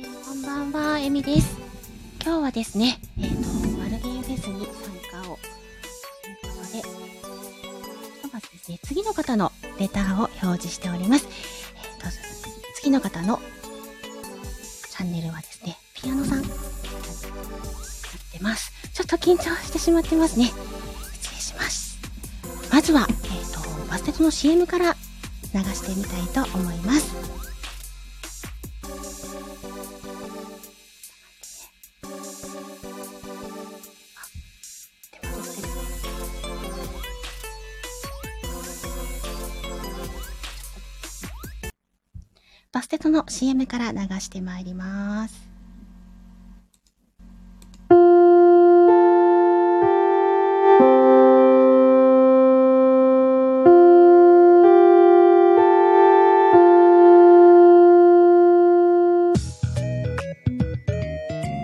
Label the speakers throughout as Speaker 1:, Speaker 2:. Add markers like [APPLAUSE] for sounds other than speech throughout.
Speaker 1: んは、えみです。今日はですね、えっ、ー、と、ワルゲンフェスに参加をということで、まずですね、次の方のレターを表示しております。えー、と次の方のチャンネルはですね、ピアノさん、やってます。ちょっと緊張してしまってますね。失礼します。まずは、えっ、ー、と、バステトの CM から流してみたいと思います。バステトの CM から流してまいります。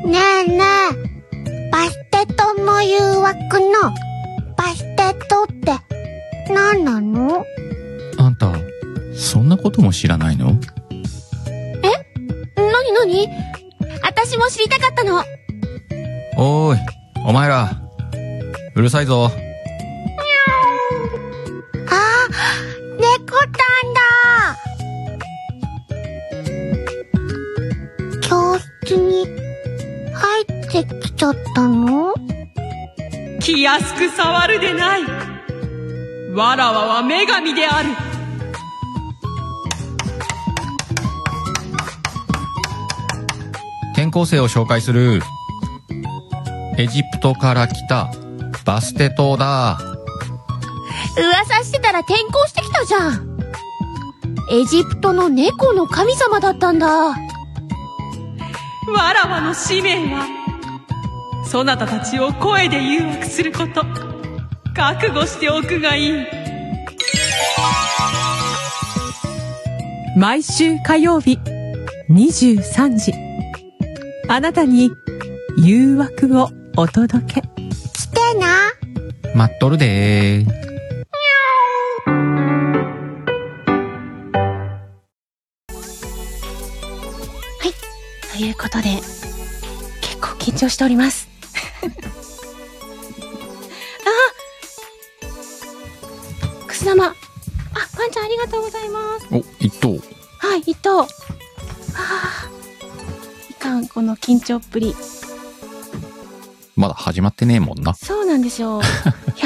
Speaker 2: ねえねえ、バステトの誘惑のバステトって何なの
Speaker 3: あんた、そんなことも知らないの
Speaker 4: 何私も知りたかったの。
Speaker 3: おーい、お前ら。うるさいぞ。あ
Speaker 2: あ、猫たんだ。教室に入ってきちゃったの
Speaker 5: 気安く触るでない。わらわは女神である。
Speaker 3: 転校生を紹介する。エジプトから来たバステ島だ。
Speaker 4: 噂してたら転校してきたじゃん。エジプトの猫の神様だったんだ。わ
Speaker 5: らわの使命は、そなたたちを声で誘惑すること、覚悟しておくがいい。
Speaker 6: 毎週火曜日、23時。あなたに誘惑をお届け。
Speaker 2: 来てな。
Speaker 3: 待っとるで
Speaker 1: はい。ということで、結構緊張しております。 [LAUGHS] あくす玉。あ、パンちゃんありがとうございます。
Speaker 3: お、一等。
Speaker 1: はい、一等。ああ。間この緊張っぷり
Speaker 3: まだ始まってねえもんな
Speaker 1: そうなんです
Speaker 3: [LAUGHS]
Speaker 1: よい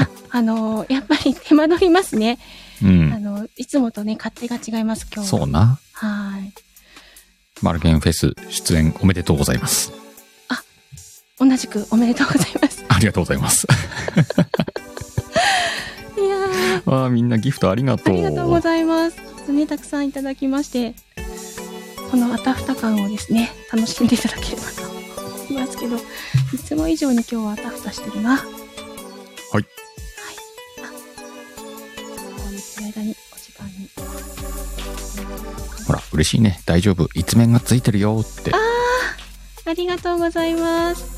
Speaker 1: やあのやっぱり手間取りますね、
Speaker 3: うん、
Speaker 1: あのいつもとね勝手が違います今日
Speaker 3: そうな
Speaker 1: はい
Speaker 3: マルゲンフェス出演おめでとうございます
Speaker 1: あ同じくおめでとうございます
Speaker 3: ありがとうございます
Speaker 1: [LAUGHS] い
Speaker 3: やあみんなギフトありがとう
Speaker 1: ありがとうございますねたくさんいただきましてこのあたふた感をですね、楽しんでいただければと思いますけど、いつも以上に今日はあたふたしてるな。はい。はい。あ、こう言ってる間にお時間に。
Speaker 3: ほら、嬉しいね。大丈夫。一面がついてるよって。
Speaker 1: ああ、ありがとうございます。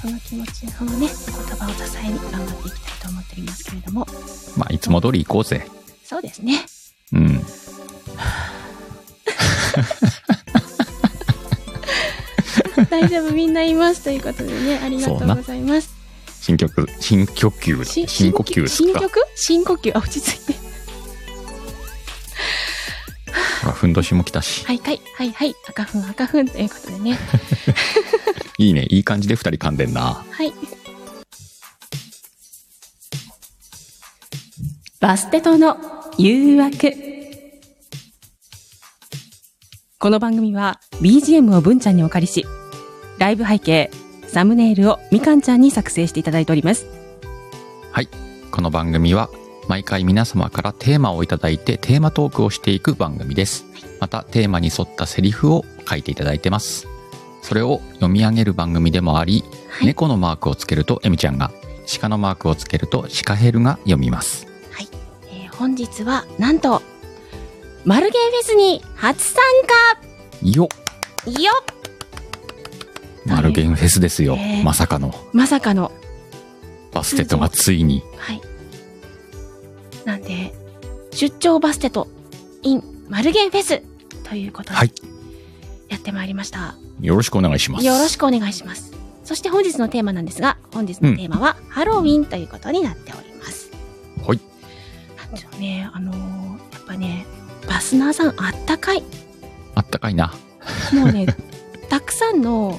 Speaker 1: その気持ち、そのね、言葉を支えに頑張っていきたいと思っておりますけれども。
Speaker 3: まあ、いつも通り行こうぜ。
Speaker 1: そうです [LAUGHS] ね。
Speaker 3: うん。
Speaker 1: 大丈夫みんないますということでねありがとうございます
Speaker 3: 新曲新呼吸
Speaker 1: 新呼吸新曲新呼吸あ [LAUGHS] 落ち着いて
Speaker 3: ほらふんどしも来たし
Speaker 1: はいはいはいはい赤ふん赤ふんということでね
Speaker 3: いいねいい感じで2人噛んでんな
Speaker 1: はい
Speaker 7: バステトの誘惑この番組は BGM を文ちゃんにお借りし、ライブ背景、サムネイルをみかんちゃんに作成していただいております。
Speaker 3: はい。この番組は毎回皆様からテーマをいただいてテーマトークをしていく番組です。またテーマに沿ったセリフを書いていただいてます。それを読み上げる番組でもあり、はい、猫のマークをつけるとえみちゃんが、鹿のマークをつけるとシカヘルが読みます。
Speaker 1: はい。えー、本日はなんと、マルゲンフェスに初参
Speaker 3: 加よ
Speaker 1: よ
Speaker 3: マルゲンフェスですよ、えー、まさかの
Speaker 1: まさかの
Speaker 3: バステットがついに
Speaker 1: はいなんで出張バステット in マルゲンフェスということで、はい、
Speaker 8: やってまいりました。
Speaker 3: よろしくお願いします。
Speaker 8: よろしくお願いします。そして本日のテーマなんですが、本日のテーマはハロウィンということになっております。
Speaker 3: はい。
Speaker 8: あとね、あのーやっぱね、バスナーさんあったかい。
Speaker 3: あったかいな。
Speaker 8: もう
Speaker 3: [LAUGHS]
Speaker 8: ね、たくさんの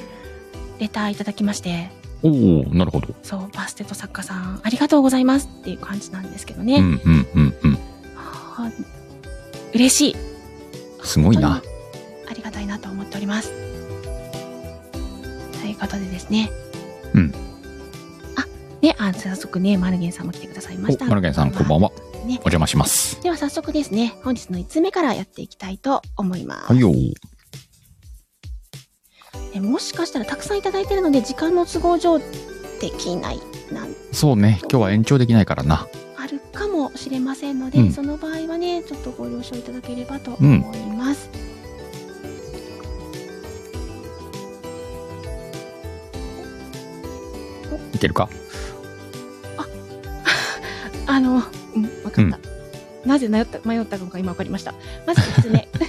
Speaker 8: レターいただきまして、
Speaker 3: おおなるほど。
Speaker 8: そう、バステット作家さんありがとうございますっていう感じなんですけど
Speaker 3: う
Speaker 8: ね。
Speaker 3: んうんうんうん。
Speaker 8: はあ嬉しい。
Speaker 3: すごいな。
Speaker 8: ありがたいなと思っております。ということでですね。
Speaker 3: うん。
Speaker 8: あ、ね、あ、早速ね、マルゲンさんも来てくださいまし
Speaker 3: お、
Speaker 8: た。
Speaker 3: マルゲンさん、こんばん
Speaker 8: は。
Speaker 3: は。お
Speaker 8: ね
Speaker 3: 邪魔します。
Speaker 8: では早速ですね、本日の5つ目からやっていきたいと思います。
Speaker 3: はいよ。
Speaker 8: えもしかしたらたくさんいただいてるので、時間の都合上できないなん
Speaker 3: そうね、今日は延長できないからな。
Speaker 8: あるかもしれませんので、
Speaker 3: うん
Speaker 8: その場合はね、ちょっとご了承いただければと
Speaker 3: うん
Speaker 8: 思います。
Speaker 3: いけるか
Speaker 8: あの、うん、わかった。なぜ迷った迷ったのか今わかりました。まず1つ目。 [LAUGHS]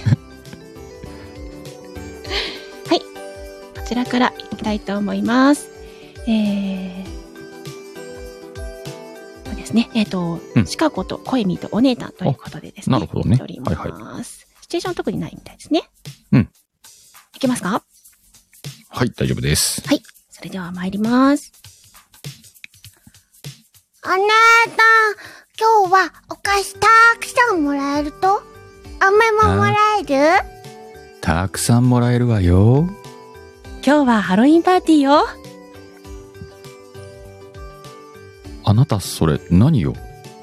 Speaker 8: はい。こちらからいきたいと思います。えー。そうですね。えっ、と、
Speaker 3: うん
Speaker 8: シカ子とコエミとお姉たんということでですね。
Speaker 3: あなるほどね
Speaker 8: 来ております。
Speaker 3: はい
Speaker 8: シチュエーション特にないみたいですね。
Speaker 3: うん。
Speaker 8: いけますか
Speaker 3: はい、大丈夫です。
Speaker 8: それでは参ります。
Speaker 2: お姉さん、今日はお菓子たくさんもらえると飴ももらえる
Speaker 3: たくさんもらえるわよ。
Speaker 1: 今日はハロウィンパーティーよ。
Speaker 3: あなた、それ、何よ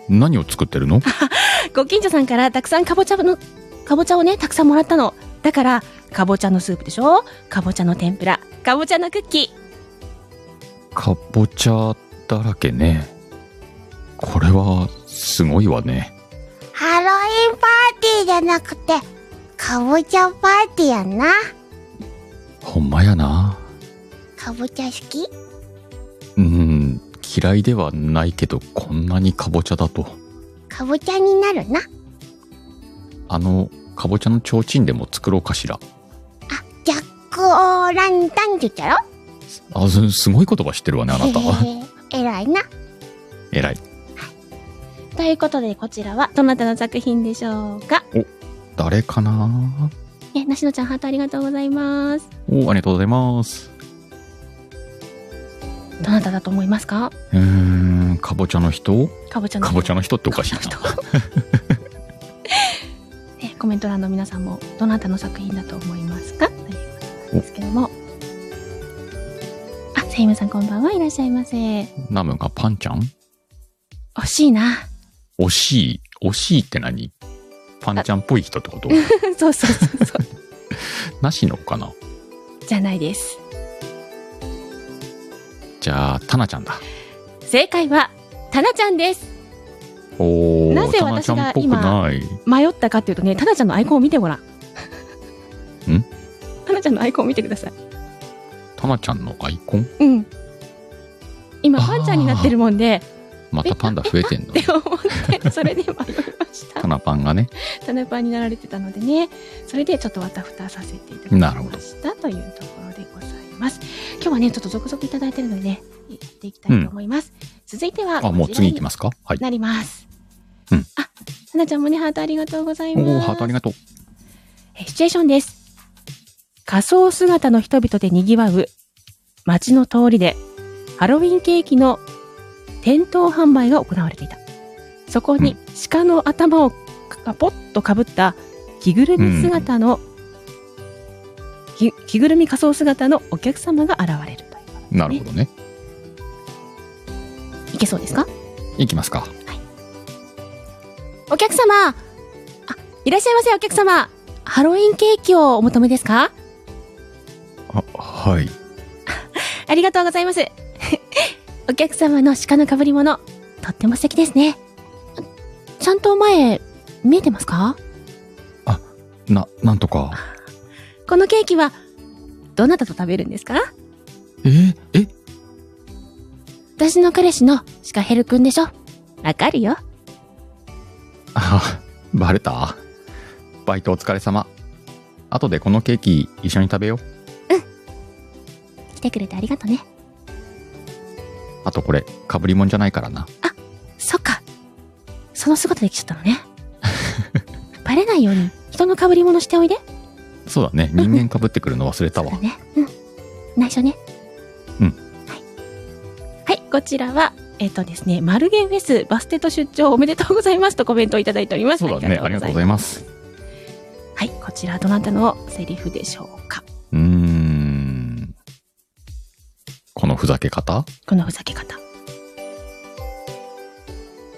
Speaker 3: 何を作ってるの
Speaker 1: ご近所さんからたくさんかぼちゃの、かぼちゃをね、たくさんもらったの。だから、かぼちゃのスープでしょかぼちゃの天ぷら、かぼちゃのクッキー。
Speaker 3: かぼちゃだらけね。これは、すごいわね。
Speaker 2: ハロウィンパーティーじゃなくて、かぼちゃパーティーやな。
Speaker 3: ほんまやな。
Speaker 2: かぼちゃ好き
Speaker 3: うん、嫌いではないけど、こんなにかぼちゃだと。
Speaker 2: かぼちゃになるな。
Speaker 3: あの、かぼちゃの提灯でも作ろうかしら。
Speaker 2: あ、ジャック・オー・ランタンって言ったろ
Speaker 3: あ、すすごい言葉知ってるわね、あなた。
Speaker 2: えらいな。
Speaker 3: えらい。
Speaker 8: ということで、こちらはどなたの作品でしょうか
Speaker 3: 誰かな
Speaker 8: え、なしのちゃん、ハートありがとうございます。
Speaker 3: お、ありがとうございます。
Speaker 8: どなただと思いますか
Speaker 3: うーん、かぼちゃの人
Speaker 8: かぼちゃの
Speaker 3: かぼちゃの人っておかしいな。
Speaker 8: か [LAUGHS] ぼちゃの人ねコメント欄の皆さんもどなたの作品だと思いますかということなんですけどもあセイムさんこんばんはいらっしゃいませ惜
Speaker 3: ナムがパンちゃん
Speaker 8: しいな [LAUGHS]
Speaker 3: 惜しい。惜しいって何パンちゃんっぽい人ってこと
Speaker 8: そうそうそうそ
Speaker 3: [LAUGHS] なしのかな
Speaker 8: うじゃないです
Speaker 3: じゃあ、タナちゃんだ。
Speaker 1: 正解は、タナちゃんです。
Speaker 3: お
Speaker 8: な
Speaker 3: ー、
Speaker 8: ぜ
Speaker 3: タナ
Speaker 8: 私
Speaker 3: ちゃん
Speaker 8: が
Speaker 3: っぽくない。
Speaker 1: 迷ったかっていうとね、タナちゃんのアイコンを見てごらん。タナちゃんのアイコンを見てください。
Speaker 3: タナちゃんのアイコン
Speaker 1: うん。今、
Speaker 3: あー
Speaker 1: パンちゃんになってるもんで、
Speaker 3: またパンダ増えてんの
Speaker 1: っ。て思って、それで迷いました
Speaker 3: タ。ナパンがね。
Speaker 1: タナパンになられてたのでね、それでちょっとわたふたさせていた
Speaker 3: な
Speaker 1: だ
Speaker 3: る
Speaker 1: き
Speaker 3: ほど
Speaker 1: ましたというところでございます。今日はね、ちょっと続々いただいてるのでね、やっていきたいと思います。続いては、
Speaker 3: あ、も
Speaker 1: こ
Speaker 3: う
Speaker 1: ちら
Speaker 3: 次
Speaker 1: に
Speaker 3: 行きますかはい。
Speaker 1: なります。
Speaker 3: うん
Speaker 1: あ、タナちゃんもね、ハートありがとうござい
Speaker 3: お
Speaker 1: ます。
Speaker 3: ー、ハートありがとう。
Speaker 1: えシチュエーションです。仮装姿の人々で賑わう街の通りでハロウィンケーキの店頭販売が行われていた。そこに鹿の頭をかポッとかぶった着ぐるみ姿の、き着ぐるみ仮装姿のお客様が現れるという
Speaker 3: なるほどね。
Speaker 1: いけそうですか
Speaker 3: 行きますか。
Speaker 1: お客様あ、いらっしゃいませお客様ハロウィンケーキをお求めですか
Speaker 3: あ、はい。
Speaker 1: ありがとうございます。 [LAUGHS] お客様の鹿の被り物、とっても素敵ですね。ちゃんと前、見えてますか
Speaker 3: な、なんとか。
Speaker 1: このケーキは、どなたと食べるんですか
Speaker 3: ええ
Speaker 1: 私の彼氏の鹿ヘルくんでしょわかるよ。
Speaker 3: あ、バレたバイトお疲れ様。後でこのケーキ一緒に食べよう。
Speaker 8: 来てくれてありがとね。
Speaker 3: あとこれ、かぶりもんじゃないからな。
Speaker 8: そっか。その姿で来ちゃったの
Speaker 1: [LAUGHS]
Speaker 8: ね。バレないように人の被り物しておいで。
Speaker 3: そうだね。人間かぶってくるの忘れたわ
Speaker 8: だ。ね。うん。内緒ね。
Speaker 3: うん
Speaker 8: はい。はい。
Speaker 1: こちらは、えっとですね、マルゲンフェスバステと出張おめでとうございますとコメントをいただいております。
Speaker 3: [LAUGHS] そうだ [LAUGHS] ね。ありがとうございます。
Speaker 1: す。はい、こちらどなたのセリフでしょうか。
Speaker 3: うーん。このふざけ方
Speaker 1: このふざけ方。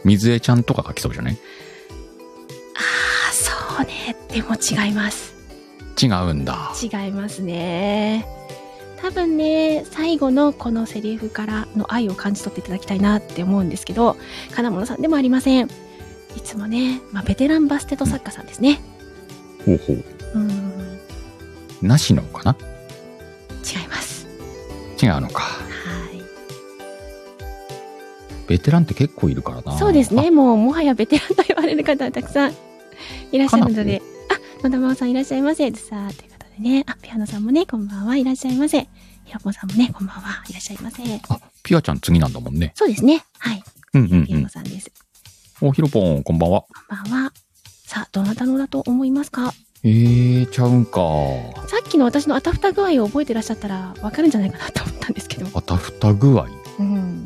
Speaker 3: 水江ちゃんとか書きそうじゃない
Speaker 1: あ、そうね。でも違います。
Speaker 3: 違うんだ。
Speaker 1: 違いますね。多分ね、最後のこのセリフからの愛を感じ取っていただきたいなって思うんですけど、金物さんでもありません。いつもね、まあ、ベテランバステット作家さんですね。
Speaker 3: ほうほう。
Speaker 1: うん、違
Speaker 3: なしのかない
Speaker 1: ます。
Speaker 3: 違うのか。
Speaker 1: は
Speaker 3: ベテランって結構いるからな。
Speaker 1: い。そうですね、もうもはやベテランと言われる方はたくさんいらっしゃるので、あ、野田真央さんいらっしゃいませ。さあ、ということでね、あ、ピアノさんもね、こんばんはいらっしゃいませ。ひろぽんさんもね、こんばんはいらっしゃいませ。
Speaker 3: あ。あ、ピアちゃん次なんだもんね。
Speaker 1: そうですね、はい。
Speaker 3: うんうん
Speaker 1: ピ
Speaker 3: う
Speaker 1: アノ
Speaker 3: ん。
Speaker 1: さんです。
Speaker 3: お、ひろぽん、こんばんは。
Speaker 1: こんばんは。さあ、どなたのだと思いますか
Speaker 3: えー、ちゃうんか。
Speaker 1: さっきの私のあたふた具合を覚えてらっしゃったらわかるんじゃないかなと思ったんですけど。
Speaker 3: あたふた具合。
Speaker 1: うん。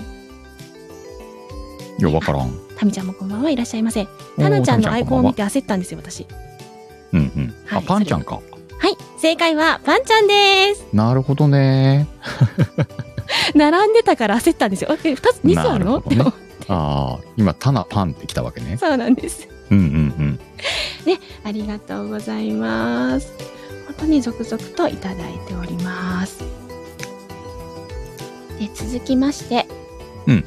Speaker 3: いや、わからん。
Speaker 1: タミちゃんもこんばんはいらっしゃいませ。 [LAUGHS] タナちゃんのアイコンを見
Speaker 3: て。
Speaker 1: て焦ったんですよ、私。は
Speaker 3: うんうん。
Speaker 1: は
Speaker 3: あ、
Speaker 1: い
Speaker 3: パンちゃんか。
Speaker 1: い、正解はパンちゃんです。
Speaker 3: なるほどね。
Speaker 1: 並んでたから焦ったんですよ。え、二つ、二つあるの
Speaker 3: なるほどねああ、今、タナパンって来たわけね。
Speaker 1: そうなんです。
Speaker 3: うんうん
Speaker 1: ありがとうございます。本当に続々といただいております。で続きまして、
Speaker 3: うん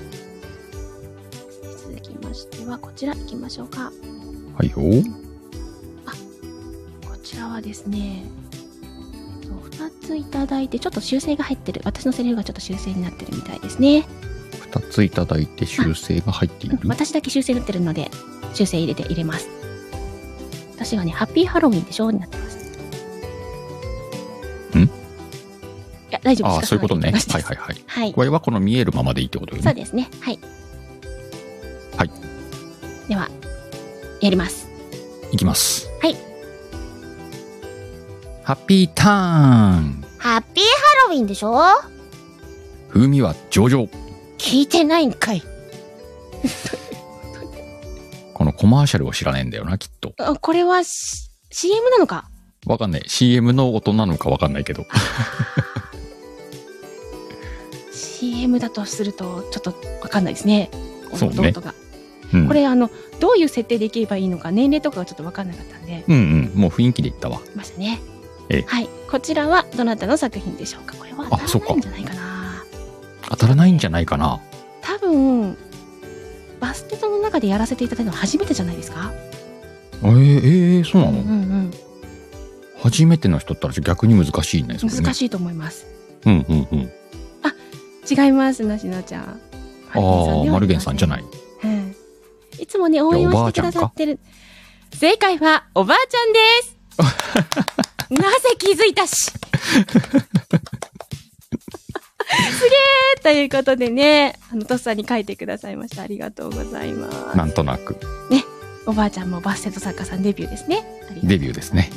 Speaker 1: 続きましてはこちら行きましょうか。
Speaker 3: うん。はいよ。
Speaker 1: こちらはですね、えっと、2ついただいて、ちょっと修正が入ってる。私のセリフがちょっと修正になってるみたいですね。
Speaker 3: 二ついただいて修正が入っている。
Speaker 1: 私だけ修正になってるので、修正入れて入れます。私がね、ハッピーハロウィンでしょになってます。
Speaker 3: ん
Speaker 1: いや、大丈夫
Speaker 3: あ
Speaker 1: で
Speaker 3: あ、
Speaker 1: す。
Speaker 3: そういうことね。
Speaker 1: 書かな
Speaker 3: は
Speaker 1: いいと
Speaker 3: はいいはい。
Speaker 1: けない。はい。
Speaker 3: これはこの見えるままでいいってことよ
Speaker 1: そう
Speaker 3: ね。
Speaker 1: ですね。はい。
Speaker 3: はい。
Speaker 1: では、やります。
Speaker 3: いきます。
Speaker 8: はい。
Speaker 3: ハッピーターン
Speaker 2: ハッピーハロウィンでしょ
Speaker 3: 風味は上々
Speaker 2: 聞いてないんかい。
Speaker 3: このコマーシャルを知らねえんだよな、きっと。
Speaker 1: あこれはし CM なのか
Speaker 3: わかんない。CM の音なのかわかんないけど。
Speaker 1: ?CM だとすると、ちょっとわかんないですね。
Speaker 3: そうね
Speaker 1: 音とか
Speaker 3: うん
Speaker 1: これあのどういう設定でいけばいいのか年齢とかがちょっと分かんなかったんで
Speaker 3: うんうん。もう雰囲気で言ったわ。
Speaker 1: ましたね
Speaker 3: ええ
Speaker 1: はいこちらはどなたの作品でしょうかこれは当
Speaker 3: あそった
Speaker 1: ら
Speaker 3: か
Speaker 1: ないんじゃないかな
Speaker 3: 当たらないんじゃないかな。
Speaker 1: 多分バステトの中でやらせていただいたの初めてじゃないですか
Speaker 3: えー、えー、そうな
Speaker 1: うん
Speaker 3: の、
Speaker 1: うん
Speaker 3: 初めての人ったら逆に難しいね。それね
Speaker 1: 難しいと思います
Speaker 3: うんうんうん。
Speaker 1: 違いますなしなちゃん、
Speaker 3: ああ、マルゲンさんじゃないい。
Speaker 1: うん、いつもね応援を
Speaker 3: いやおば
Speaker 1: して
Speaker 3: あちゃ
Speaker 1: く
Speaker 3: んか
Speaker 1: ださってる正解はおばあちゃんですなぜ気づいたしということでね、あの、とっさに書いてくださいました。ありがとうございます。
Speaker 3: なんとなく。
Speaker 1: おばあちゃんもバステット作家さんデビューですね。ありがとうございます
Speaker 3: デビューですね。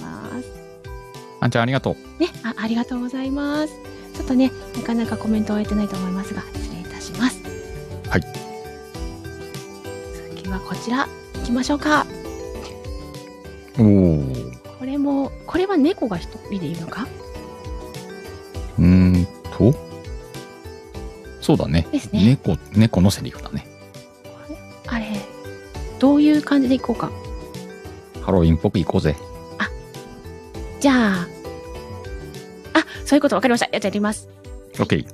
Speaker 3: あんちゃんありがとう。
Speaker 1: ね、あ、ありがとうございます。ちょっとね、なかなかコメントを終えてないと思いますが、失礼いたします。
Speaker 3: はい。
Speaker 1: 次はこちら、行きましょうか。
Speaker 3: おー
Speaker 1: これも、これは猫が一人でいるのか
Speaker 3: うーんと。そうだね。
Speaker 1: ですね。
Speaker 3: 猫、猫のセリフだね。
Speaker 1: あれ、どういう感じでいこうか。
Speaker 3: ハロウィンっぽく行こうぜ。
Speaker 1: じゃあ、あ、そういうことわかりました。じゃあやります。
Speaker 3: オッケー。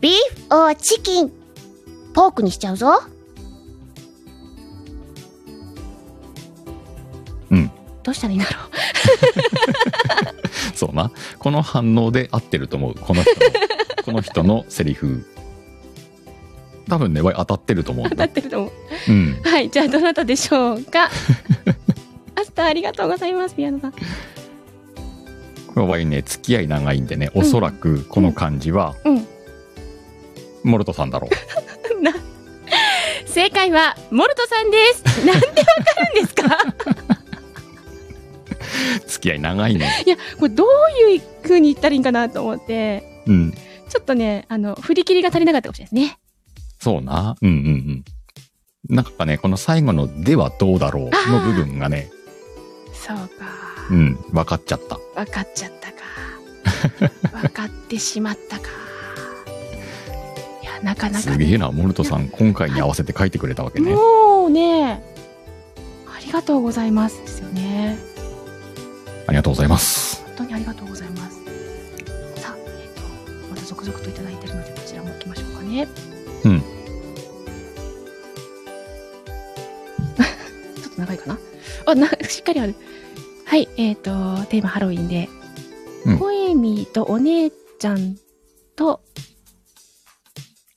Speaker 2: ビーフ・オー・チキン。ポークにしちゃうぞ。
Speaker 1: どうしたらいいんだろう。
Speaker 3: そうな。この反応で合ってると思う。この人の、
Speaker 1: [LAUGHS]
Speaker 3: この人のセリフ。多分ね、わい当たってると [LAUGHS] 思うん
Speaker 1: な
Speaker 3: だ
Speaker 1: っ。てると思う。
Speaker 3: うん。
Speaker 1: [LAUGHS] はい、じゃあどなたでしょうか。アスターありがとうございます、ピアノさん。
Speaker 3: この場合ね付き合い長いんでねおそらくこの漢字は、
Speaker 1: うん
Speaker 3: モルトさんだ
Speaker 1: [LAUGHS]
Speaker 3: ろう
Speaker 1: 正解は、モルトさんです。なんでわかるんです
Speaker 3: [LAUGHS]
Speaker 1: か
Speaker 3: 付き合い長いね
Speaker 1: いや、これどういう風に言ったらいいんかなと思って、
Speaker 3: うん
Speaker 1: ちょっとね、あの、振り切りが足りなかったかもしれないですね。
Speaker 3: そうなうんうんうんなんかねこの最後の「ではどうだろう」の部分がね
Speaker 1: そうか。
Speaker 3: うん分かっちゃった
Speaker 1: わかっちゃったか。わかってしまったか。いや、なかなか
Speaker 3: す
Speaker 1: ね、
Speaker 3: げえなモルトさん今回に合わせて書いてくれたわけね
Speaker 1: もうね、ありがとうございますですよね。
Speaker 3: ありがとうございます
Speaker 1: 本当にありがとうございます。さあ、えっ、と、また続々といただいてるので、こちらも行きましょうかね。 [LAUGHS]
Speaker 3: うん。
Speaker 1: ちょっと長いかな。あ、な、 [LAUGHS] しっかりある。はい、えっ、と、テーマハロウィンで、
Speaker 3: うん
Speaker 1: コエミとお姉ちゃんと、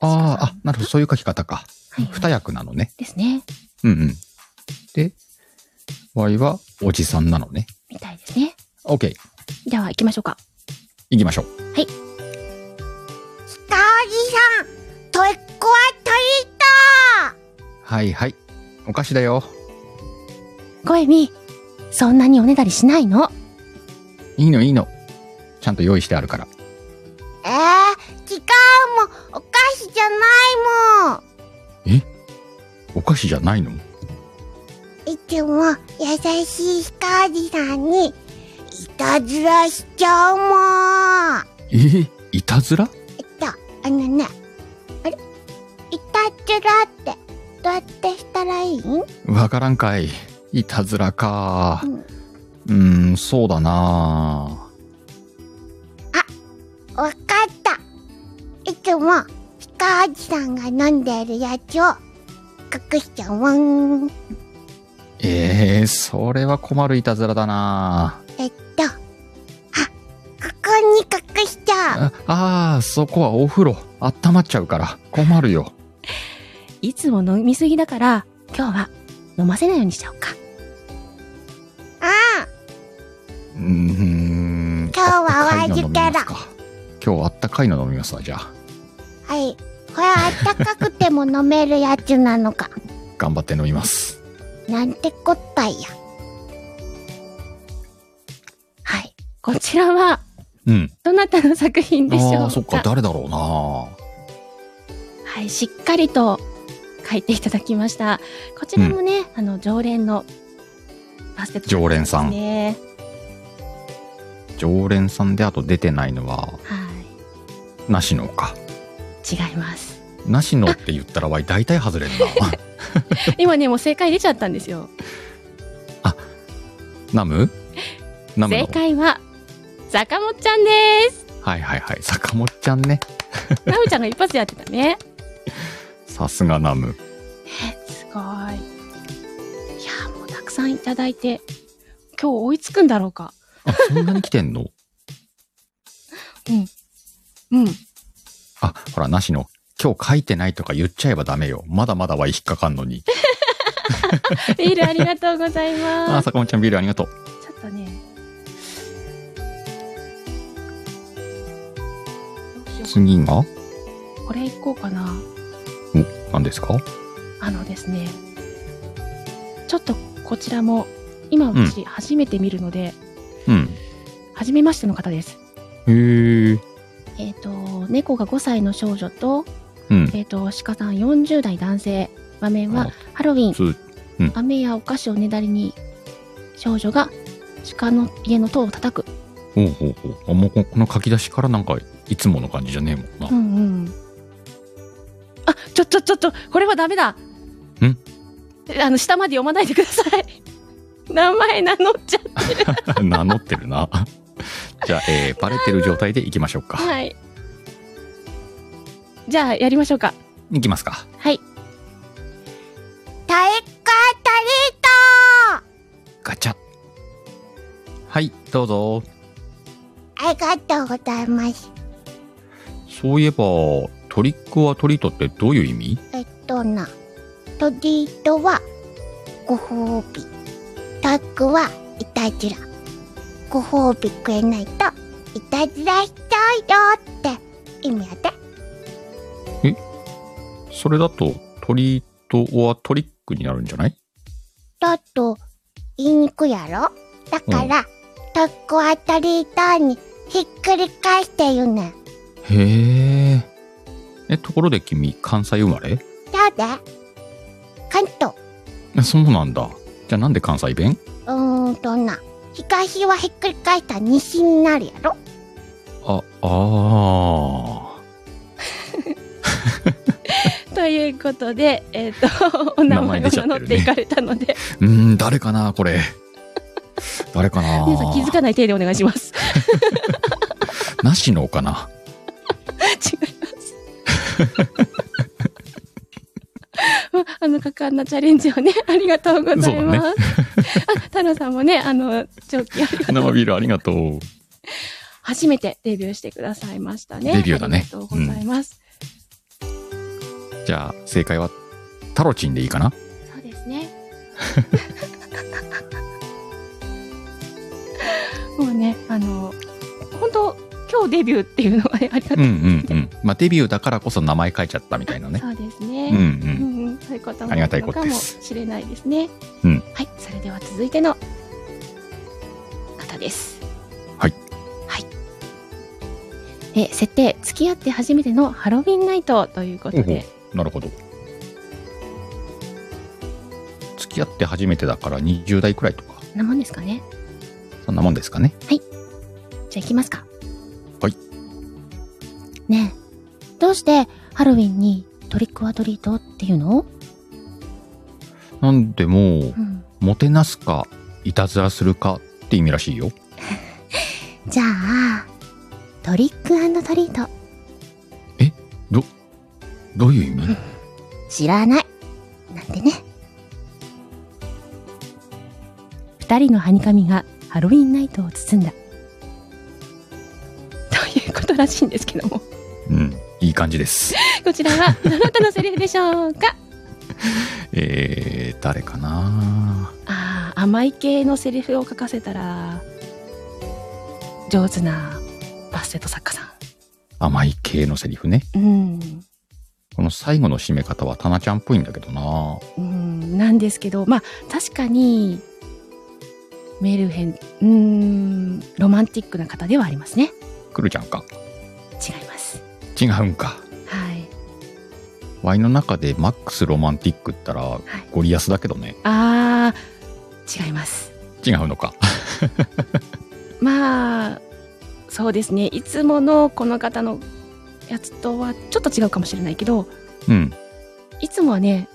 Speaker 3: あーあなるほどそういう書き方か
Speaker 1: はい
Speaker 3: 二役なのね
Speaker 1: ですね。
Speaker 3: うんうんで場合はおじさんなのね
Speaker 1: みたいですね。
Speaker 3: OK
Speaker 1: では行きましょうか。
Speaker 3: 行きましょう
Speaker 2: スタージさん、トイコアトリー
Speaker 3: はいはいお菓子だよ
Speaker 8: コエミ、そんなにおねだりしないの
Speaker 3: いいのいいのちゃんと用意してあるから
Speaker 2: トえー、違うもん、お菓子じゃないもん。
Speaker 3: お菓子じゃないの
Speaker 2: いつも優しいスタージさんに、いたずらしちゃうもん。
Speaker 3: えー、いたずら
Speaker 2: えっと、あのね、あれいたずらって、どうやってしたらいいん
Speaker 3: わからんかいいたずらか
Speaker 2: う
Speaker 3: うーんそうだな
Speaker 2: わかった。いつも、ヒカおじさんが飲んでるやつを、隠しちゃうわん。
Speaker 3: えー、それは困るいたずらだな
Speaker 2: えっと、あ、ここに隠しちゃう。
Speaker 3: ああーそこはお風呂温まっちゃうから困るよ
Speaker 8: いつも飲みすぎだから、今日は飲ませないようにしちゃおうか。
Speaker 2: あ
Speaker 3: うーん
Speaker 2: 今日は
Speaker 3: あったかいの飲
Speaker 2: お
Speaker 3: み
Speaker 2: 預けだ
Speaker 3: ますか今日はあったかいの飲みますわじゃあ
Speaker 2: あ、はい。これあったかくても飲めるやつなのか。
Speaker 3: 頑張って飲みます
Speaker 2: なんてこったいや。
Speaker 8: はい。こちらは、
Speaker 3: うん
Speaker 8: どなたの作品でしょうか
Speaker 3: ああそっか誰だろうな
Speaker 8: はい、しっかりと書いていただきました。こちらもね、あの、常連のバスケット
Speaker 3: 常連さん
Speaker 8: ですね。
Speaker 3: 常連さんであと出てないのは
Speaker 8: はい。
Speaker 3: なしのか
Speaker 8: 違います。
Speaker 3: なしのって言ったらわい大体外れる
Speaker 1: 今ね、もう正解出ちゃったんですよ。
Speaker 3: なナムナムの
Speaker 1: 正
Speaker 3: 方
Speaker 1: 解は、坂本ちゃんです。
Speaker 3: はいはいはい坂本ちゃんね
Speaker 1: ナムちゃんが一発でやってたね。
Speaker 3: さすがナム
Speaker 1: すごい。いや、もうたくさんいただいて、今日追いつくんだろうか。
Speaker 3: あそんなに来てんの
Speaker 1: うん。
Speaker 3: あほらなしの今日書いてないとか言っちゃえばダメよまだまだわい引っかかんのに
Speaker 1: ビールありがとうござい
Speaker 3: [LAUGHS] あ
Speaker 1: ます。
Speaker 3: 坂本ちゃんビールありがとう
Speaker 1: ちょっとね。どうしよう
Speaker 3: 次が
Speaker 1: これいこうかな。
Speaker 3: 何ですか
Speaker 1: あのですね、ちょっとこちらも、今私初めて見るので、
Speaker 3: うん
Speaker 1: 初めましての方です。
Speaker 3: へえ
Speaker 1: えっ、と、猫が5歳の少女と、
Speaker 3: うん
Speaker 1: えっ、と、鹿さん40代男性。場面は、ハロウィン、
Speaker 3: 普通
Speaker 1: 雨やお菓子をねだりに、少女が鹿の家の塔を叩く。
Speaker 3: ほうほうほうあもうここの書き出しからなんかいつもの感じじゃねえもんな、
Speaker 1: うんうん。あ、ちょ、ちょ、ちょ、ちょ、これはダメだ。んあの、下まで読まないでください。 [LAUGHS] 名前名乗っちゃっ
Speaker 3: 名乗ってるな [LAUGHS] じゃあ、えーバレてる状態でいきましょうか
Speaker 1: た。はい。じゃあ、やりましょうか。
Speaker 3: いきますか
Speaker 1: はい。
Speaker 2: トイコアトリート
Speaker 3: ガチャはいどうぞ
Speaker 2: ありがとうございます。
Speaker 3: そういえばトリックはトリートってどういう意味
Speaker 2: えっとな、トリートはご褒美。タッグはいたずら。ご褒美くれないといたずらしちゃうよって意味やで。
Speaker 3: それだと、鳥とはトリックになるんじゃない
Speaker 2: だと、言いにくいやろだから、とっこあたりだにひっくり返して言うねん。
Speaker 3: へえ。え、ところで君、関西生ま
Speaker 2: だ
Speaker 3: れ
Speaker 2: で関東、
Speaker 3: えそうなんだ。じゃあなんで関西弁
Speaker 2: うーんとな、東はひっくり返したら西になるやろ
Speaker 3: あ、あ
Speaker 1: ということで、えっ、と、 [LAUGHS] お名前を名乗っていかれたので、
Speaker 3: ー。うーん、誰かな、これ。誰かな。
Speaker 1: 皆さん気づかない手でお願いし [LAUGHS] ます。
Speaker 3: なしのかな。
Speaker 1: 違います。ま [LAUGHS] あの、果敢なチャレンジをね、ありがとうございます。 [LAUGHS] あ、太郎さんもね、あの、長期ありがとう
Speaker 3: 生ビールありがとう。
Speaker 1: 初めてデビューしてくださいましたね。
Speaker 3: デビューだね
Speaker 1: ありがとうございます。
Speaker 3: じゃあ、正解は、タロチンでいいかな
Speaker 1: そうですね。 [LAUGHS] もうね、あの、本当今日デビューっていうのはね、ありが
Speaker 3: う
Speaker 1: たい。
Speaker 3: んうんうん。まあ、デビューだからこそ名前書いちゃったみたいなね。
Speaker 1: そうです
Speaker 3: うんう
Speaker 1: ね。
Speaker 3: ん。
Speaker 1: うんうん、そういうことも
Speaker 3: ありがたい
Speaker 1: あるの
Speaker 3: こと
Speaker 1: か
Speaker 3: で
Speaker 1: も
Speaker 3: す
Speaker 1: しれないですね。
Speaker 3: うん
Speaker 1: はい、それでは続いての方です。
Speaker 3: はい。
Speaker 1: はい。え、設定、付き合って初めてのハロウィンナイトということで、
Speaker 3: おおなるほど。付き合って初めてだから20代くらいとか、
Speaker 1: こんなもんですかね。
Speaker 3: そんなもんですかね。
Speaker 1: じゃあ行きますか。
Speaker 3: はい。
Speaker 8: ねえ、どうしてハロウィンにトリックオアトリートっていうの
Speaker 3: なんでもう、
Speaker 8: ん
Speaker 3: もてなすか、いたずらするかって意味らしいよ。
Speaker 8: じゃあ、トリックトリート。
Speaker 3: どういう意味
Speaker 8: 知らない。なんてね。
Speaker 1: 二人のハニカミがハロウィンナイトを包んだ。ということらしいんですけども、
Speaker 3: うん。いい感じです。
Speaker 1: こちらはどなたのセリフでしょうか
Speaker 3: えー、誰かな
Speaker 1: ああ、甘い系のセリフを書かせたら、上手なバステット作家さ
Speaker 3: 甘い系のセリフね。
Speaker 1: ん。うん。
Speaker 3: この最後の締め方はタナちゃんっぽいんだけどな
Speaker 1: うん、なんですけど、まあ、確かに、メルヘン、うん、ロマンティックな方ではありますね。
Speaker 3: くるちゃんか。
Speaker 1: 違います。
Speaker 3: 違うんか。
Speaker 1: はい。
Speaker 3: ワイの中でマックスロマンティックったらゴリアスだけどね。
Speaker 1: ああ、違います。
Speaker 3: 違うのか。
Speaker 1: まあそうですねいつものこの方のやつとはちょっと違うかもしれないけど
Speaker 3: うん。
Speaker 1: いつもはね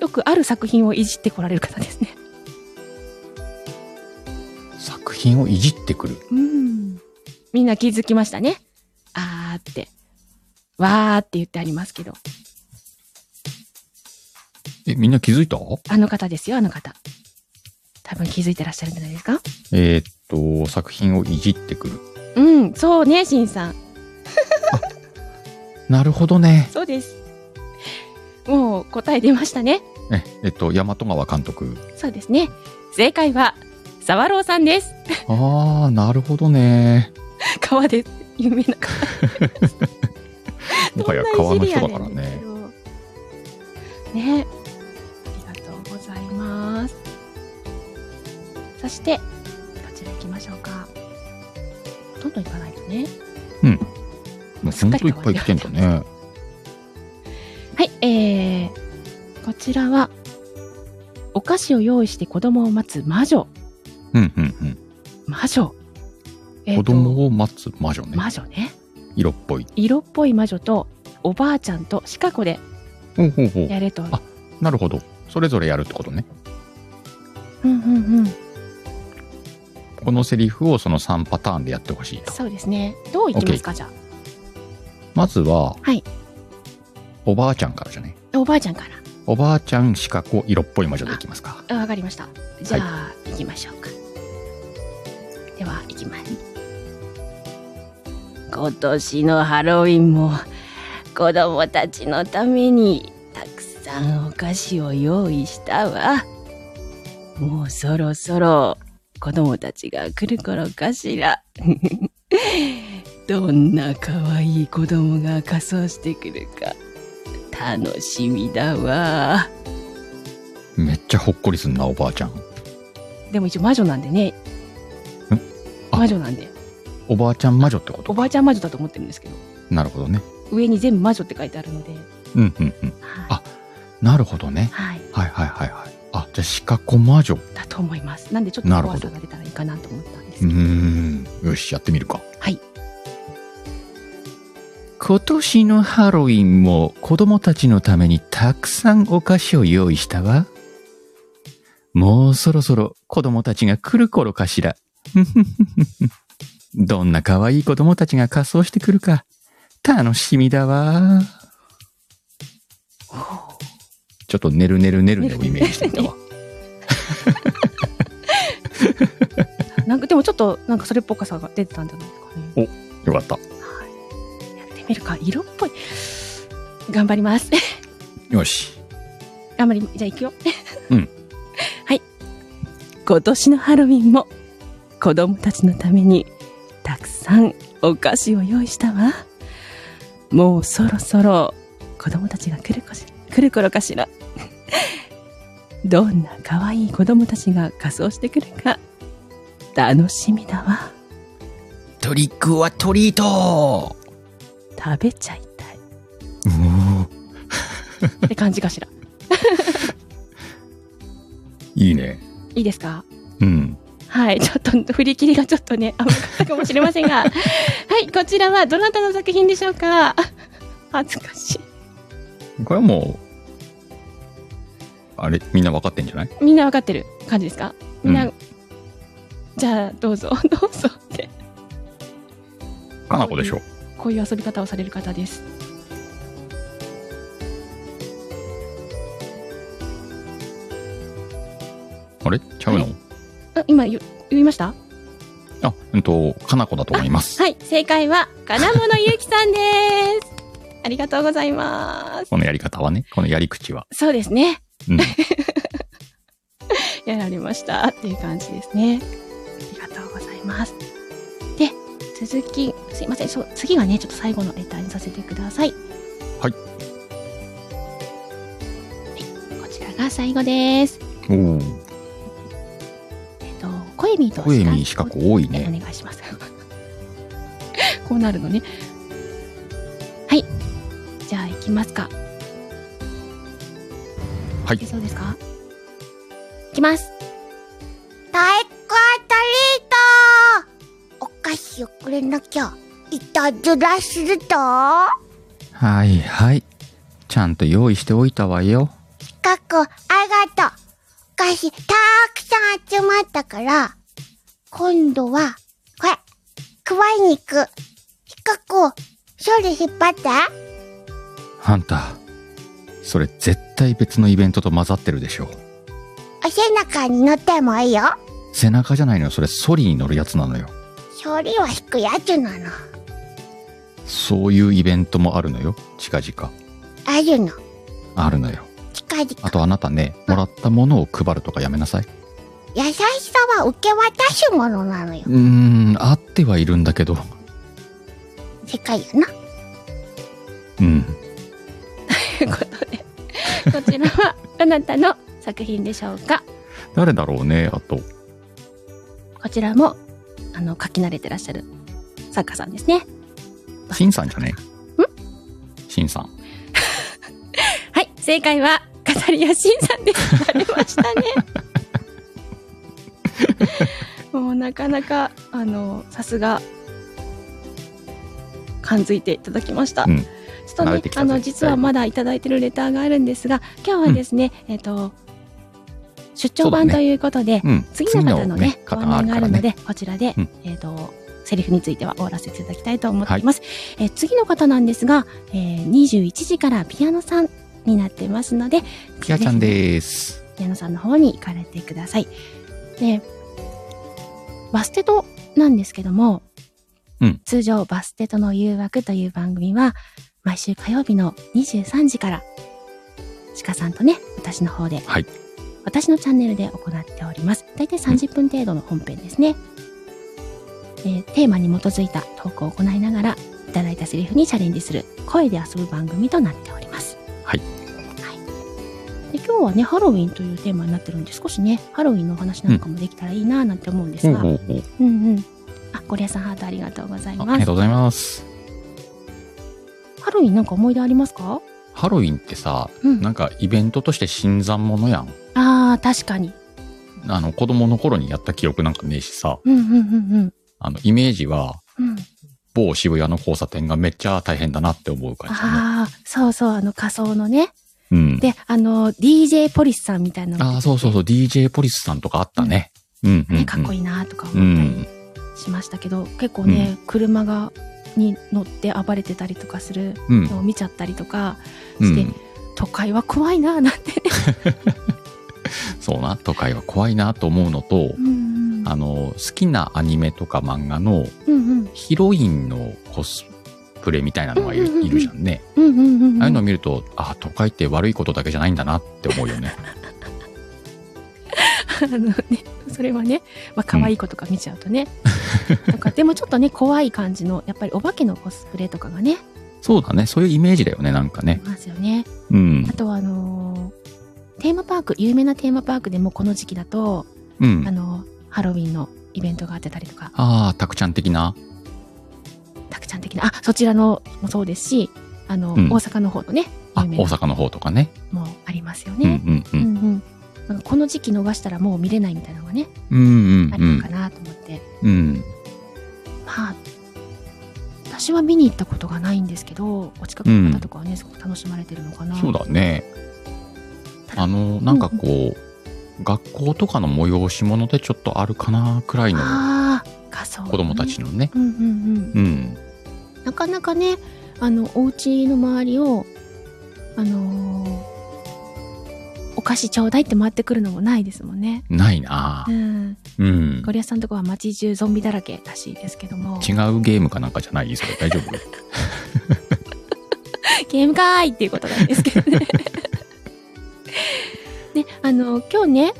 Speaker 1: よくある作品をいじってこられる方ですね。
Speaker 3: 作品をいじってくる。
Speaker 1: うん、みんな気づきましたね。あーって。わーって言ってありますけど。
Speaker 3: え、みんな気づいた
Speaker 1: あの方ですよ、あの方。多分気づいてらっしゃるんじゃないですか
Speaker 3: えーっと、作品をいじってくる。
Speaker 1: うん、そうね、しんさん。
Speaker 3: なるほどね。
Speaker 1: そうです。もう答え出ましたね。
Speaker 3: え、えっと、大和川監督。
Speaker 1: そうですね。正解は、サワローさんです。
Speaker 3: あー、なるほどね。
Speaker 1: 川で有名な方
Speaker 3: もはや川の人だからね。。
Speaker 1: ね。ありがとうございます。そして、こちら行きましょうか。ほとんど行かないとね。
Speaker 3: もうほんといっぱい来てんだね。
Speaker 1: はい、えー、こちらは、お菓子を用意して子供を待つ魔女。
Speaker 3: うんうん
Speaker 1: 魔女。
Speaker 3: う
Speaker 1: え
Speaker 3: ん。
Speaker 1: ー
Speaker 3: 子
Speaker 1: と
Speaker 3: 供を待つ魔女ね。
Speaker 1: 魔女ね。
Speaker 3: 色っぽい。
Speaker 1: 色っぽい魔女と、おばあちゃんとシカ子で
Speaker 3: ほうほうほう。
Speaker 1: やれと。
Speaker 3: あなるほど。それぞれやるってことね。
Speaker 1: うんうんうん。
Speaker 3: このセリフをその3パターンでやってほしいと。
Speaker 1: そうですね。どういきますか、じゃあ。
Speaker 3: まずは、
Speaker 1: はい
Speaker 3: おばあちゃんからじゃね。
Speaker 1: おばあちゃんか
Speaker 3: おばあちゃん、四角、色っぽい魔女でいきますか。
Speaker 1: ら。あわかりました。じゃあ、行きましょうか。では、行きます。今年のハロウィンも、子供たちのために、たくさんお菓子を用意したわ。もうそろそろ、子供たちが来る頃かしら。 [LAUGHS]
Speaker 9: どんな可愛い子供が仮装してくるか楽しみだわ
Speaker 3: めっちゃほっこりすんな、おばあちゃん。
Speaker 1: でも一応魔女なんでね。
Speaker 3: あ
Speaker 1: 魔女なんで。
Speaker 3: おばあちゃん魔女ってこ
Speaker 1: お
Speaker 3: と
Speaker 1: ばあちゃん魔女だと思ってるんですけど、
Speaker 3: なるほどね。
Speaker 1: 上に全部魔女って書いてあるので。
Speaker 3: うんうんう
Speaker 1: は
Speaker 3: ん。
Speaker 1: い
Speaker 3: あ、なるほどね。
Speaker 1: はい。
Speaker 3: はいはいはいはい。あ、じゃあ、鹿子魔女。う
Speaker 1: だと思います。なんでちょっと
Speaker 3: なるほ
Speaker 1: 怖
Speaker 3: ど
Speaker 1: さが出たらいいかなと思ったんですけ
Speaker 3: ー
Speaker 1: ど。
Speaker 3: ん。よし、やってみるか。
Speaker 1: はい。
Speaker 3: 今年のハロウィンも子供たちのためにたくさんお菓子を用意したわ。もうそろそろ子供たちが来る頃かしら。 [LAUGHS] ふふふふどんな可愛い子供たちが仮装してくるか、楽しみだわ。ちょっとねるねるねるねをイメージしてみ [LAUGHS] たわ。
Speaker 1: なんかでもちょっとなんかそれっぽかさが出てたんじゃないですかね。
Speaker 3: よかった。
Speaker 1: やってみるか。色っぽい。頑張ります。 [LAUGHS]
Speaker 3: よし。
Speaker 1: 頑張り、じゃあ行くよ。
Speaker 3: うん。
Speaker 1: はい。今年のハロウィンも子供たちのためにたくさんお菓子を用意したわ。もうそろそろ子供たちが来るこし来る頃かしら。 [LAUGHS] どんな可愛い子供たちが仮装してくるか楽しみだわ。
Speaker 3: トリックはトリート
Speaker 1: 食べちゃいたい
Speaker 3: おお、
Speaker 1: って感じかしら。 [LAUGHS]
Speaker 3: いいね。
Speaker 1: いいですか
Speaker 3: うん。
Speaker 1: はい、ちょっと振り切りがちょっとね、甘かったかもしれませんが、 [LAUGHS] はい、こちらはどなたの作品でしょうか [LAUGHS] 恥ずかしい。
Speaker 3: これはもう、あれ、みんな分かってんじゃない
Speaker 1: みんなわかってる感じですかみんな、
Speaker 3: う
Speaker 1: じゃあどうぞ、 [LAUGHS] どうぞって、
Speaker 3: かなこでしょ。
Speaker 1: こういう遊び方をされる方です。
Speaker 3: あれちゃうの、
Speaker 1: あ今言言いました
Speaker 3: あ、うんと、かなこだと思い [LAUGHS] ます。
Speaker 1: はい、正解は、金物ゆうきさんです。 [LAUGHS] ありがとうございます。
Speaker 3: このやり方はね、このやり口は。
Speaker 1: そうですね。
Speaker 3: うん。
Speaker 1: やられましたっていう感じですね。ありがとうございます。で、続き、すいません、そう次はね、ちょっと最後のレターにさせてください。
Speaker 3: はい
Speaker 1: はい。こちらが最後です。
Speaker 3: [LAUGHS] おお、
Speaker 1: えっと、声見と
Speaker 3: 声に四角多い
Speaker 1: お願
Speaker 3: ね。
Speaker 1: いします。 [LAUGHS] こうなるのね。はい。じゃあ、行きますか。
Speaker 3: はい
Speaker 1: けそうですか行きます。
Speaker 2: 太鼓アトリートお菓子をくれなきゃ、いたずらすると
Speaker 3: はいはい。ちゃんと用意しておいたわよ。
Speaker 2: かっこ、ありがとう。お菓子、たくさん集まったから、今度は、これ、配りに行く。ひかこ、それ引っ張って。
Speaker 3: あんた、それ絶対別のイベントと混ざってるでしょ。
Speaker 2: お背中に乗ってもいいよ。
Speaker 3: 背中じゃないのよ、それソリに乗るやつなのよ。
Speaker 2: 勝利は引くやつなの。
Speaker 3: そういうイベントもあるのよ。近々。
Speaker 2: あるの。
Speaker 3: あるのよ。
Speaker 2: 近々。
Speaker 3: あとあなたね、もらったものを配るとかやめなさい。
Speaker 2: 優しさは受け渡すものなのよ
Speaker 3: う。ーん、あってはいるんだけど。
Speaker 2: 世界やな。
Speaker 3: うん。
Speaker 1: ということで、こちら
Speaker 3: [LAUGHS]
Speaker 1: はどなたの作品でしょうか。
Speaker 3: 誰だろうね、あと。
Speaker 1: こちらも、あの、書き慣れてらっしゃる作家さんですね。
Speaker 3: シンさんじゃねシンさん。
Speaker 1: はい、正解は、カタリアシンさんです。バレましたね。もうなかなか、あの、さすが、感づいていただきました。
Speaker 3: うん
Speaker 1: ちょっと
Speaker 3: 慣
Speaker 1: ね
Speaker 3: れて、きた
Speaker 1: あ
Speaker 3: ぜ
Speaker 1: の、実はまだいただいてるレターがあるんですが、今日はですね、えっ、と、出張版
Speaker 3: そうだね
Speaker 1: ということで、
Speaker 3: うん。
Speaker 1: 次の方のね、ご
Speaker 3: 方
Speaker 1: 案
Speaker 3: があ
Speaker 1: 内
Speaker 3: る
Speaker 1: が
Speaker 3: か
Speaker 1: あ
Speaker 3: ら
Speaker 1: るの
Speaker 3: ね。
Speaker 1: で、こちらで、
Speaker 3: うん
Speaker 1: えっ、と、セリフについては終わらせていただきたいと思っています。えー次の方なんですが、えー21時からピアノさんになってますので、
Speaker 3: ピアちゃんです。
Speaker 1: ピアノさんの方に行かれてください。で、バステトなんですけども、
Speaker 3: うん
Speaker 1: 通常バステトの誘惑という番組は、毎週火曜日の23時から、鹿さんとね、私の方で、
Speaker 3: はい
Speaker 1: 私のチャンネルで行っております。大体30分程度の本編ですね。えーテーマに基づいたトークを行いながらいただいたセリフにチャレンジする声で遊ぶ番組となっております。
Speaker 3: はい
Speaker 1: はいで今日はねハロウィンというテーマになってるんで少しねハロウィンのお話なんかもできたらいいななんて思うんですが、うん、うんあゴリアさんハートありがとうござい
Speaker 3: あ
Speaker 1: ます
Speaker 3: ありがとうございます。
Speaker 1: ハロウィンなんか思い出ありますか
Speaker 3: ハロウィンってさ、
Speaker 1: うん
Speaker 3: なんかイベントとして新参者やん。
Speaker 1: あー確かに
Speaker 3: あの、子供の頃にやった記憶なんかねえしさ、
Speaker 1: うんうんうん
Speaker 3: あの、イメージは、
Speaker 1: うんうん
Speaker 3: 某渋谷の交差点がめっちゃ大変だなって思う感じだね、
Speaker 1: ああそうそうあの仮装のね
Speaker 3: うん。
Speaker 1: であの DJ ポリスさんみたいなの
Speaker 3: ああ、そうそうそう、DJ ポリスさんとかあったね。うん、うん、うん。
Speaker 1: ね、かっこいいなとか
Speaker 3: う
Speaker 1: 思ったり
Speaker 3: ん。
Speaker 1: しましたけど、結構ね、車がに乗って暴れてたりとかする
Speaker 3: うん
Speaker 1: のを見ちゃったりとか、
Speaker 3: うん
Speaker 1: して都会は怖いななんて、
Speaker 3: そうな、都会は怖いなと思うのと、
Speaker 1: うん
Speaker 3: あの、好きなアニメとか漫画の
Speaker 1: うん
Speaker 3: ヒロインのコスプレみたいなのがい
Speaker 1: うんうんうんうん
Speaker 3: るいるじゃんね。
Speaker 1: うんうんうんうん
Speaker 3: ああいうのを見ると、ああ、都会って悪いことだけじゃないんだなって思うよね。
Speaker 1: あの [LAUGHS] ねそれはね、まあ可愛い子とか見ちゃうとね、なんかでもちょっとね怖い感じのやっぱりお化けのコスプレとかがね
Speaker 3: そうだね、そういうイメージだよね、なんか
Speaker 1: あり
Speaker 3: ね。
Speaker 1: ますよね
Speaker 3: うん
Speaker 1: あ。とはあのーテーマパーク有名なテーマパークでもこの時期だと、
Speaker 3: うん
Speaker 1: あ。のハロウィンのイベントがあってたりとか
Speaker 3: ああ、タクちゃん的な。
Speaker 1: たくちゃん的なあそちらのもそうですしあの、
Speaker 3: うん
Speaker 1: 大阪の方のね
Speaker 3: あ、
Speaker 1: 有名
Speaker 3: 大
Speaker 1: な
Speaker 3: 阪の方とかね。
Speaker 1: もありますよ
Speaker 3: うん
Speaker 1: ね、
Speaker 3: うん
Speaker 1: う
Speaker 3: う
Speaker 1: ん
Speaker 3: ん。
Speaker 1: うんなんかこの時期逃したらもう見れないみたいなのがね、
Speaker 3: うんうん
Speaker 1: あ
Speaker 3: う
Speaker 1: るの
Speaker 3: ん
Speaker 1: か。なと思って
Speaker 3: うん。
Speaker 1: まあ私は見に行ったことがないんですけどお近くの方とかはね、すごく楽しまれてるのかな
Speaker 3: そうだね。あの、なんかこう、学校とかの催し物でちょっとあるかな、くらいの
Speaker 1: あー仮想
Speaker 3: 子供たちのね。
Speaker 1: うんうんうん
Speaker 3: うん。
Speaker 1: なかなかねあのお家の周りをあのーお菓子ちょうだいって回ってくるのもないですもんね
Speaker 3: ないな
Speaker 1: う。ん
Speaker 3: うん
Speaker 1: ゴ。リアスさんのとこは街中ゾンビだらけらしいですけども
Speaker 3: 違うゲームかなんかじゃないそれ大丈夫
Speaker 1: ゲームかーいっていうことなんですけ
Speaker 3: [LAUGHS]
Speaker 1: どね。で、あの、今日ね、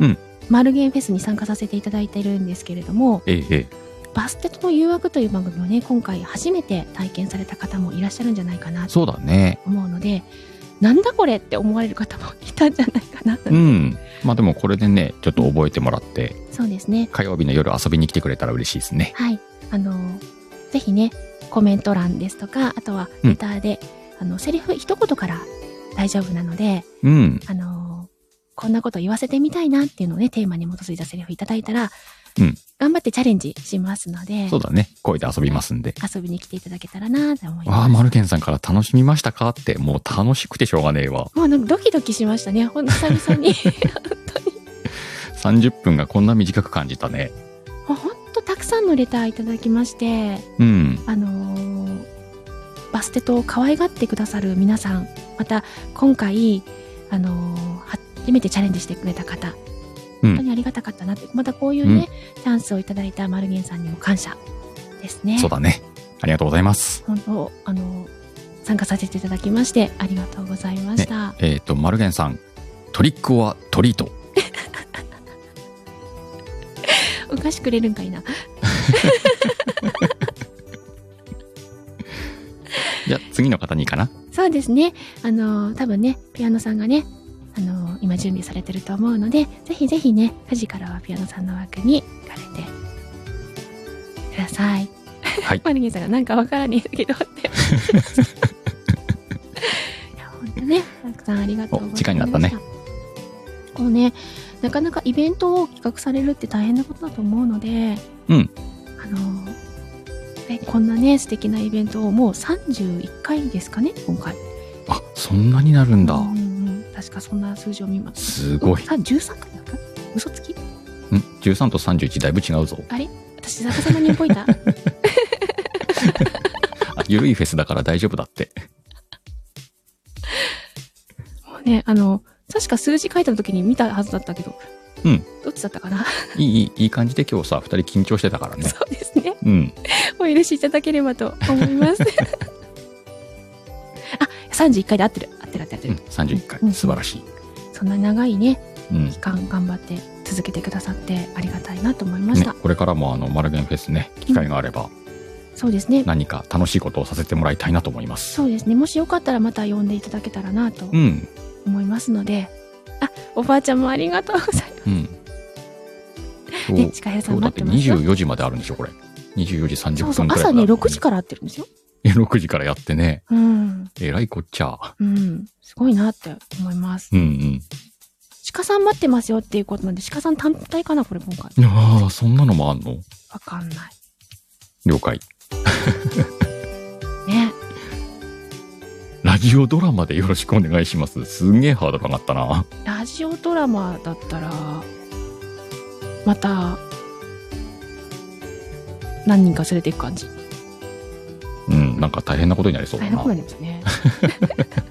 Speaker 3: うん
Speaker 1: マルゲンフェスに参加させていただいてるんですけれども、
Speaker 3: [LAUGHS] ええええ。
Speaker 1: バステとの誘惑という番組をね、今回初めて体験された方もいらっしゃるんじゃないかなと
Speaker 3: そうだね。
Speaker 1: 思うので、なんだこれって思われる方もいたんじゃないかな。
Speaker 3: うん。まあでもこれでね、ちょっと覚えてもらって、
Speaker 1: そうですね。
Speaker 3: 火曜日の夜遊びに来てくれたら嬉しいですね。
Speaker 1: はい。あの、ぜひね、コメント欄ですとか、あとはレターで、あの、セリフ一言から大丈夫なので、
Speaker 3: うん。
Speaker 1: あのーこんなこと言わせてみたいなっていうのをね、テーマに基づいたセリフいただいたら、
Speaker 3: うん
Speaker 1: 頑張ってチャレンジしますので
Speaker 3: そ、うだね。声で遊びますんで。
Speaker 1: 遊びに来ていただけたらなと思い
Speaker 3: わ
Speaker 1: ま
Speaker 3: あ、
Speaker 1: す。
Speaker 3: マルケンさんから楽しみましたかって、もう楽しくてしょうがねえわ。
Speaker 1: もうなんかドキドキしましたね、ほんと久々
Speaker 3: [LAUGHS]
Speaker 1: に。
Speaker 3: 30分がこんな短く感じたね。
Speaker 1: もうほんとたくさんのレターいただきまして、
Speaker 3: うん。
Speaker 1: あのーバステと可愛がってくださる皆さん、また今回、あのー初めてチャレンジしてくれた方、
Speaker 3: う
Speaker 1: 本
Speaker 3: ん
Speaker 1: 当にありがたかったなって、またこういうね、チャンスをいただいたマルゲンさんにも感謝ですね。
Speaker 3: そうだね。ありがとうございます。
Speaker 1: 本当あの参加させていただきましてありがとうございました、
Speaker 3: えっ、と、マルケンさん、トリックはトリート。
Speaker 1: お菓子くれるんかいな
Speaker 3: じゃあ次の方にかな。
Speaker 1: そうですねあの多分ねピアノさんがねあの今準備されてると思うのでぜひぜひね家事からはピアノさんの枠に行かれてください
Speaker 3: はい
Speaker 1: マルゲンさんがなんかわからねえけどってい
Speaker 3: [LAUGHS]
Speaker 1: や本当ねたくさんありがとうございました
Speaker 3: お時間になったね
Speaker 1: こうねなかなかイベントを企画されるって大変なことだと思うので
Speaker 3: うん
Speaker 1: あのえこんなね素敵なイベントをもう31回ですかね今回
Speaker 3: あ、そんなになるんだ。
Speaker 1: うんうん確かそんな数字を見ます。
Speaker 3: すごい。ん
Speaker 1: さ13回だった嘘つき
Speaker 3: ?13 と31だいぶ違うぞ。
Speaker 1: 私逆さまに覚え
Speaker 3: [LAUGHS]
Speaker 1: た
Speaker 3: あゆるいフェスだから大丈夫だって。 [LAUGHS]
Speaker 1: もうね、あの、確か数字書いた時に見たはずだったけど。
Speaker 3: うん。
Speaker 1: どっちだったかな [LAUGHS]
Speaker 3: いい、いいいい感じで今日さ、二人緊張してたからね。
Speaker 1: そうですね。
Speaker 3: うん。
Speaker 1: お許しいただければと思います。あ、31回で合ってる。合ってる合ってる合って
Speaker 3: うん
Speaker 1: る。
Speaker 3: 31回
Speaker 1: う。ん
Speaker 3: 素晴らしい。
Speaker 1: そんな長いね、
Speaker 3: うん
Speaker 1: 期間頑張って続けてくださってありがたいなと思いまし
Speaker 3: ね
Speaker 1: た、、
Speaker 3: これからもあのマルゲンフェスね機会があれば
Speaker 1: そうですね
Speaker 3: 何か楽しいことをさせてもらいたいなと思います
Speaker 1: そうですねもしよかったらまた呼んでいただけたらなと
Speaker 3: うん
Speaker 1: 思いますので、あおばあちゃんもありがとうございま
Speaker 3: うん
Speaker 1: す
Speaker 3: 今
Speaker 1: ね
Speaker 3: 日
Speaker 1: ちかやさ
Speaker 3: 今
Speaker 1: ん
Speaker 3: 日
Speaker 1: 待ってて
Speaker 3: だっ
Speaker 1: ますよ
Speaker 3: 24時まであるんでしょこれ24時30
Speaker 1: そうそう
Speaker 3: 分くらい
Speaker 1: 朝ね6時
Speaker 3: か
Speaker 1: から会ってるんですよ
Speaker 3: ら6時からやってね
Speaker 1: うん
Speaker 3: えらいこっちゃ
Speaker 1: うんすごいなって思います
Speaker 3: うんうん
Speaker 1: 鹿さん待ってますよっていうことなんで鹿さん単体かなこれ今回
Speaker 3: ああそんなのもあんの
Speaker 1: わかんない
Speaker 3: 了解
Speaker 1: ね
Speaker 3: ラジオドラマでよろしくお願いしますすんげえハードル上がったな
Speaker 1: ラジオドラマだったらまた何人か連れていく感じ
Speaker 3: うんなんか大変なことになりそう
Speaker 1: 大変な
Speaker 3: だな
Speaker 1: ことになりますね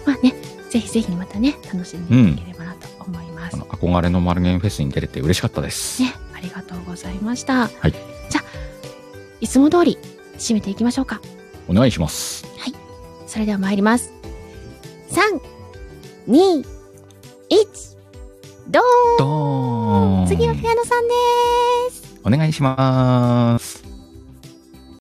Speaker 3: [LAUGHS]
Speaker 1: [LAUGHS] まあねぜひぜひまたね楽しんでいただければなと思います、
Speaker 3: あの憧れのマルゲンフェスに出れて嬉しかったです
Speaker 1: ね、ありがとうございました。
Speaker 3: はい
Speaker 1: じゃあ、いつも通り締めていきましょうか。
Speaker 3: お願いします
Speaker 1: それでは参ります。
Speaker 2: 三、二、一、ドーン
Speaker 3: ドーン
Speaker 2: 次はピアノさんでーす
Speaker 3: お願いします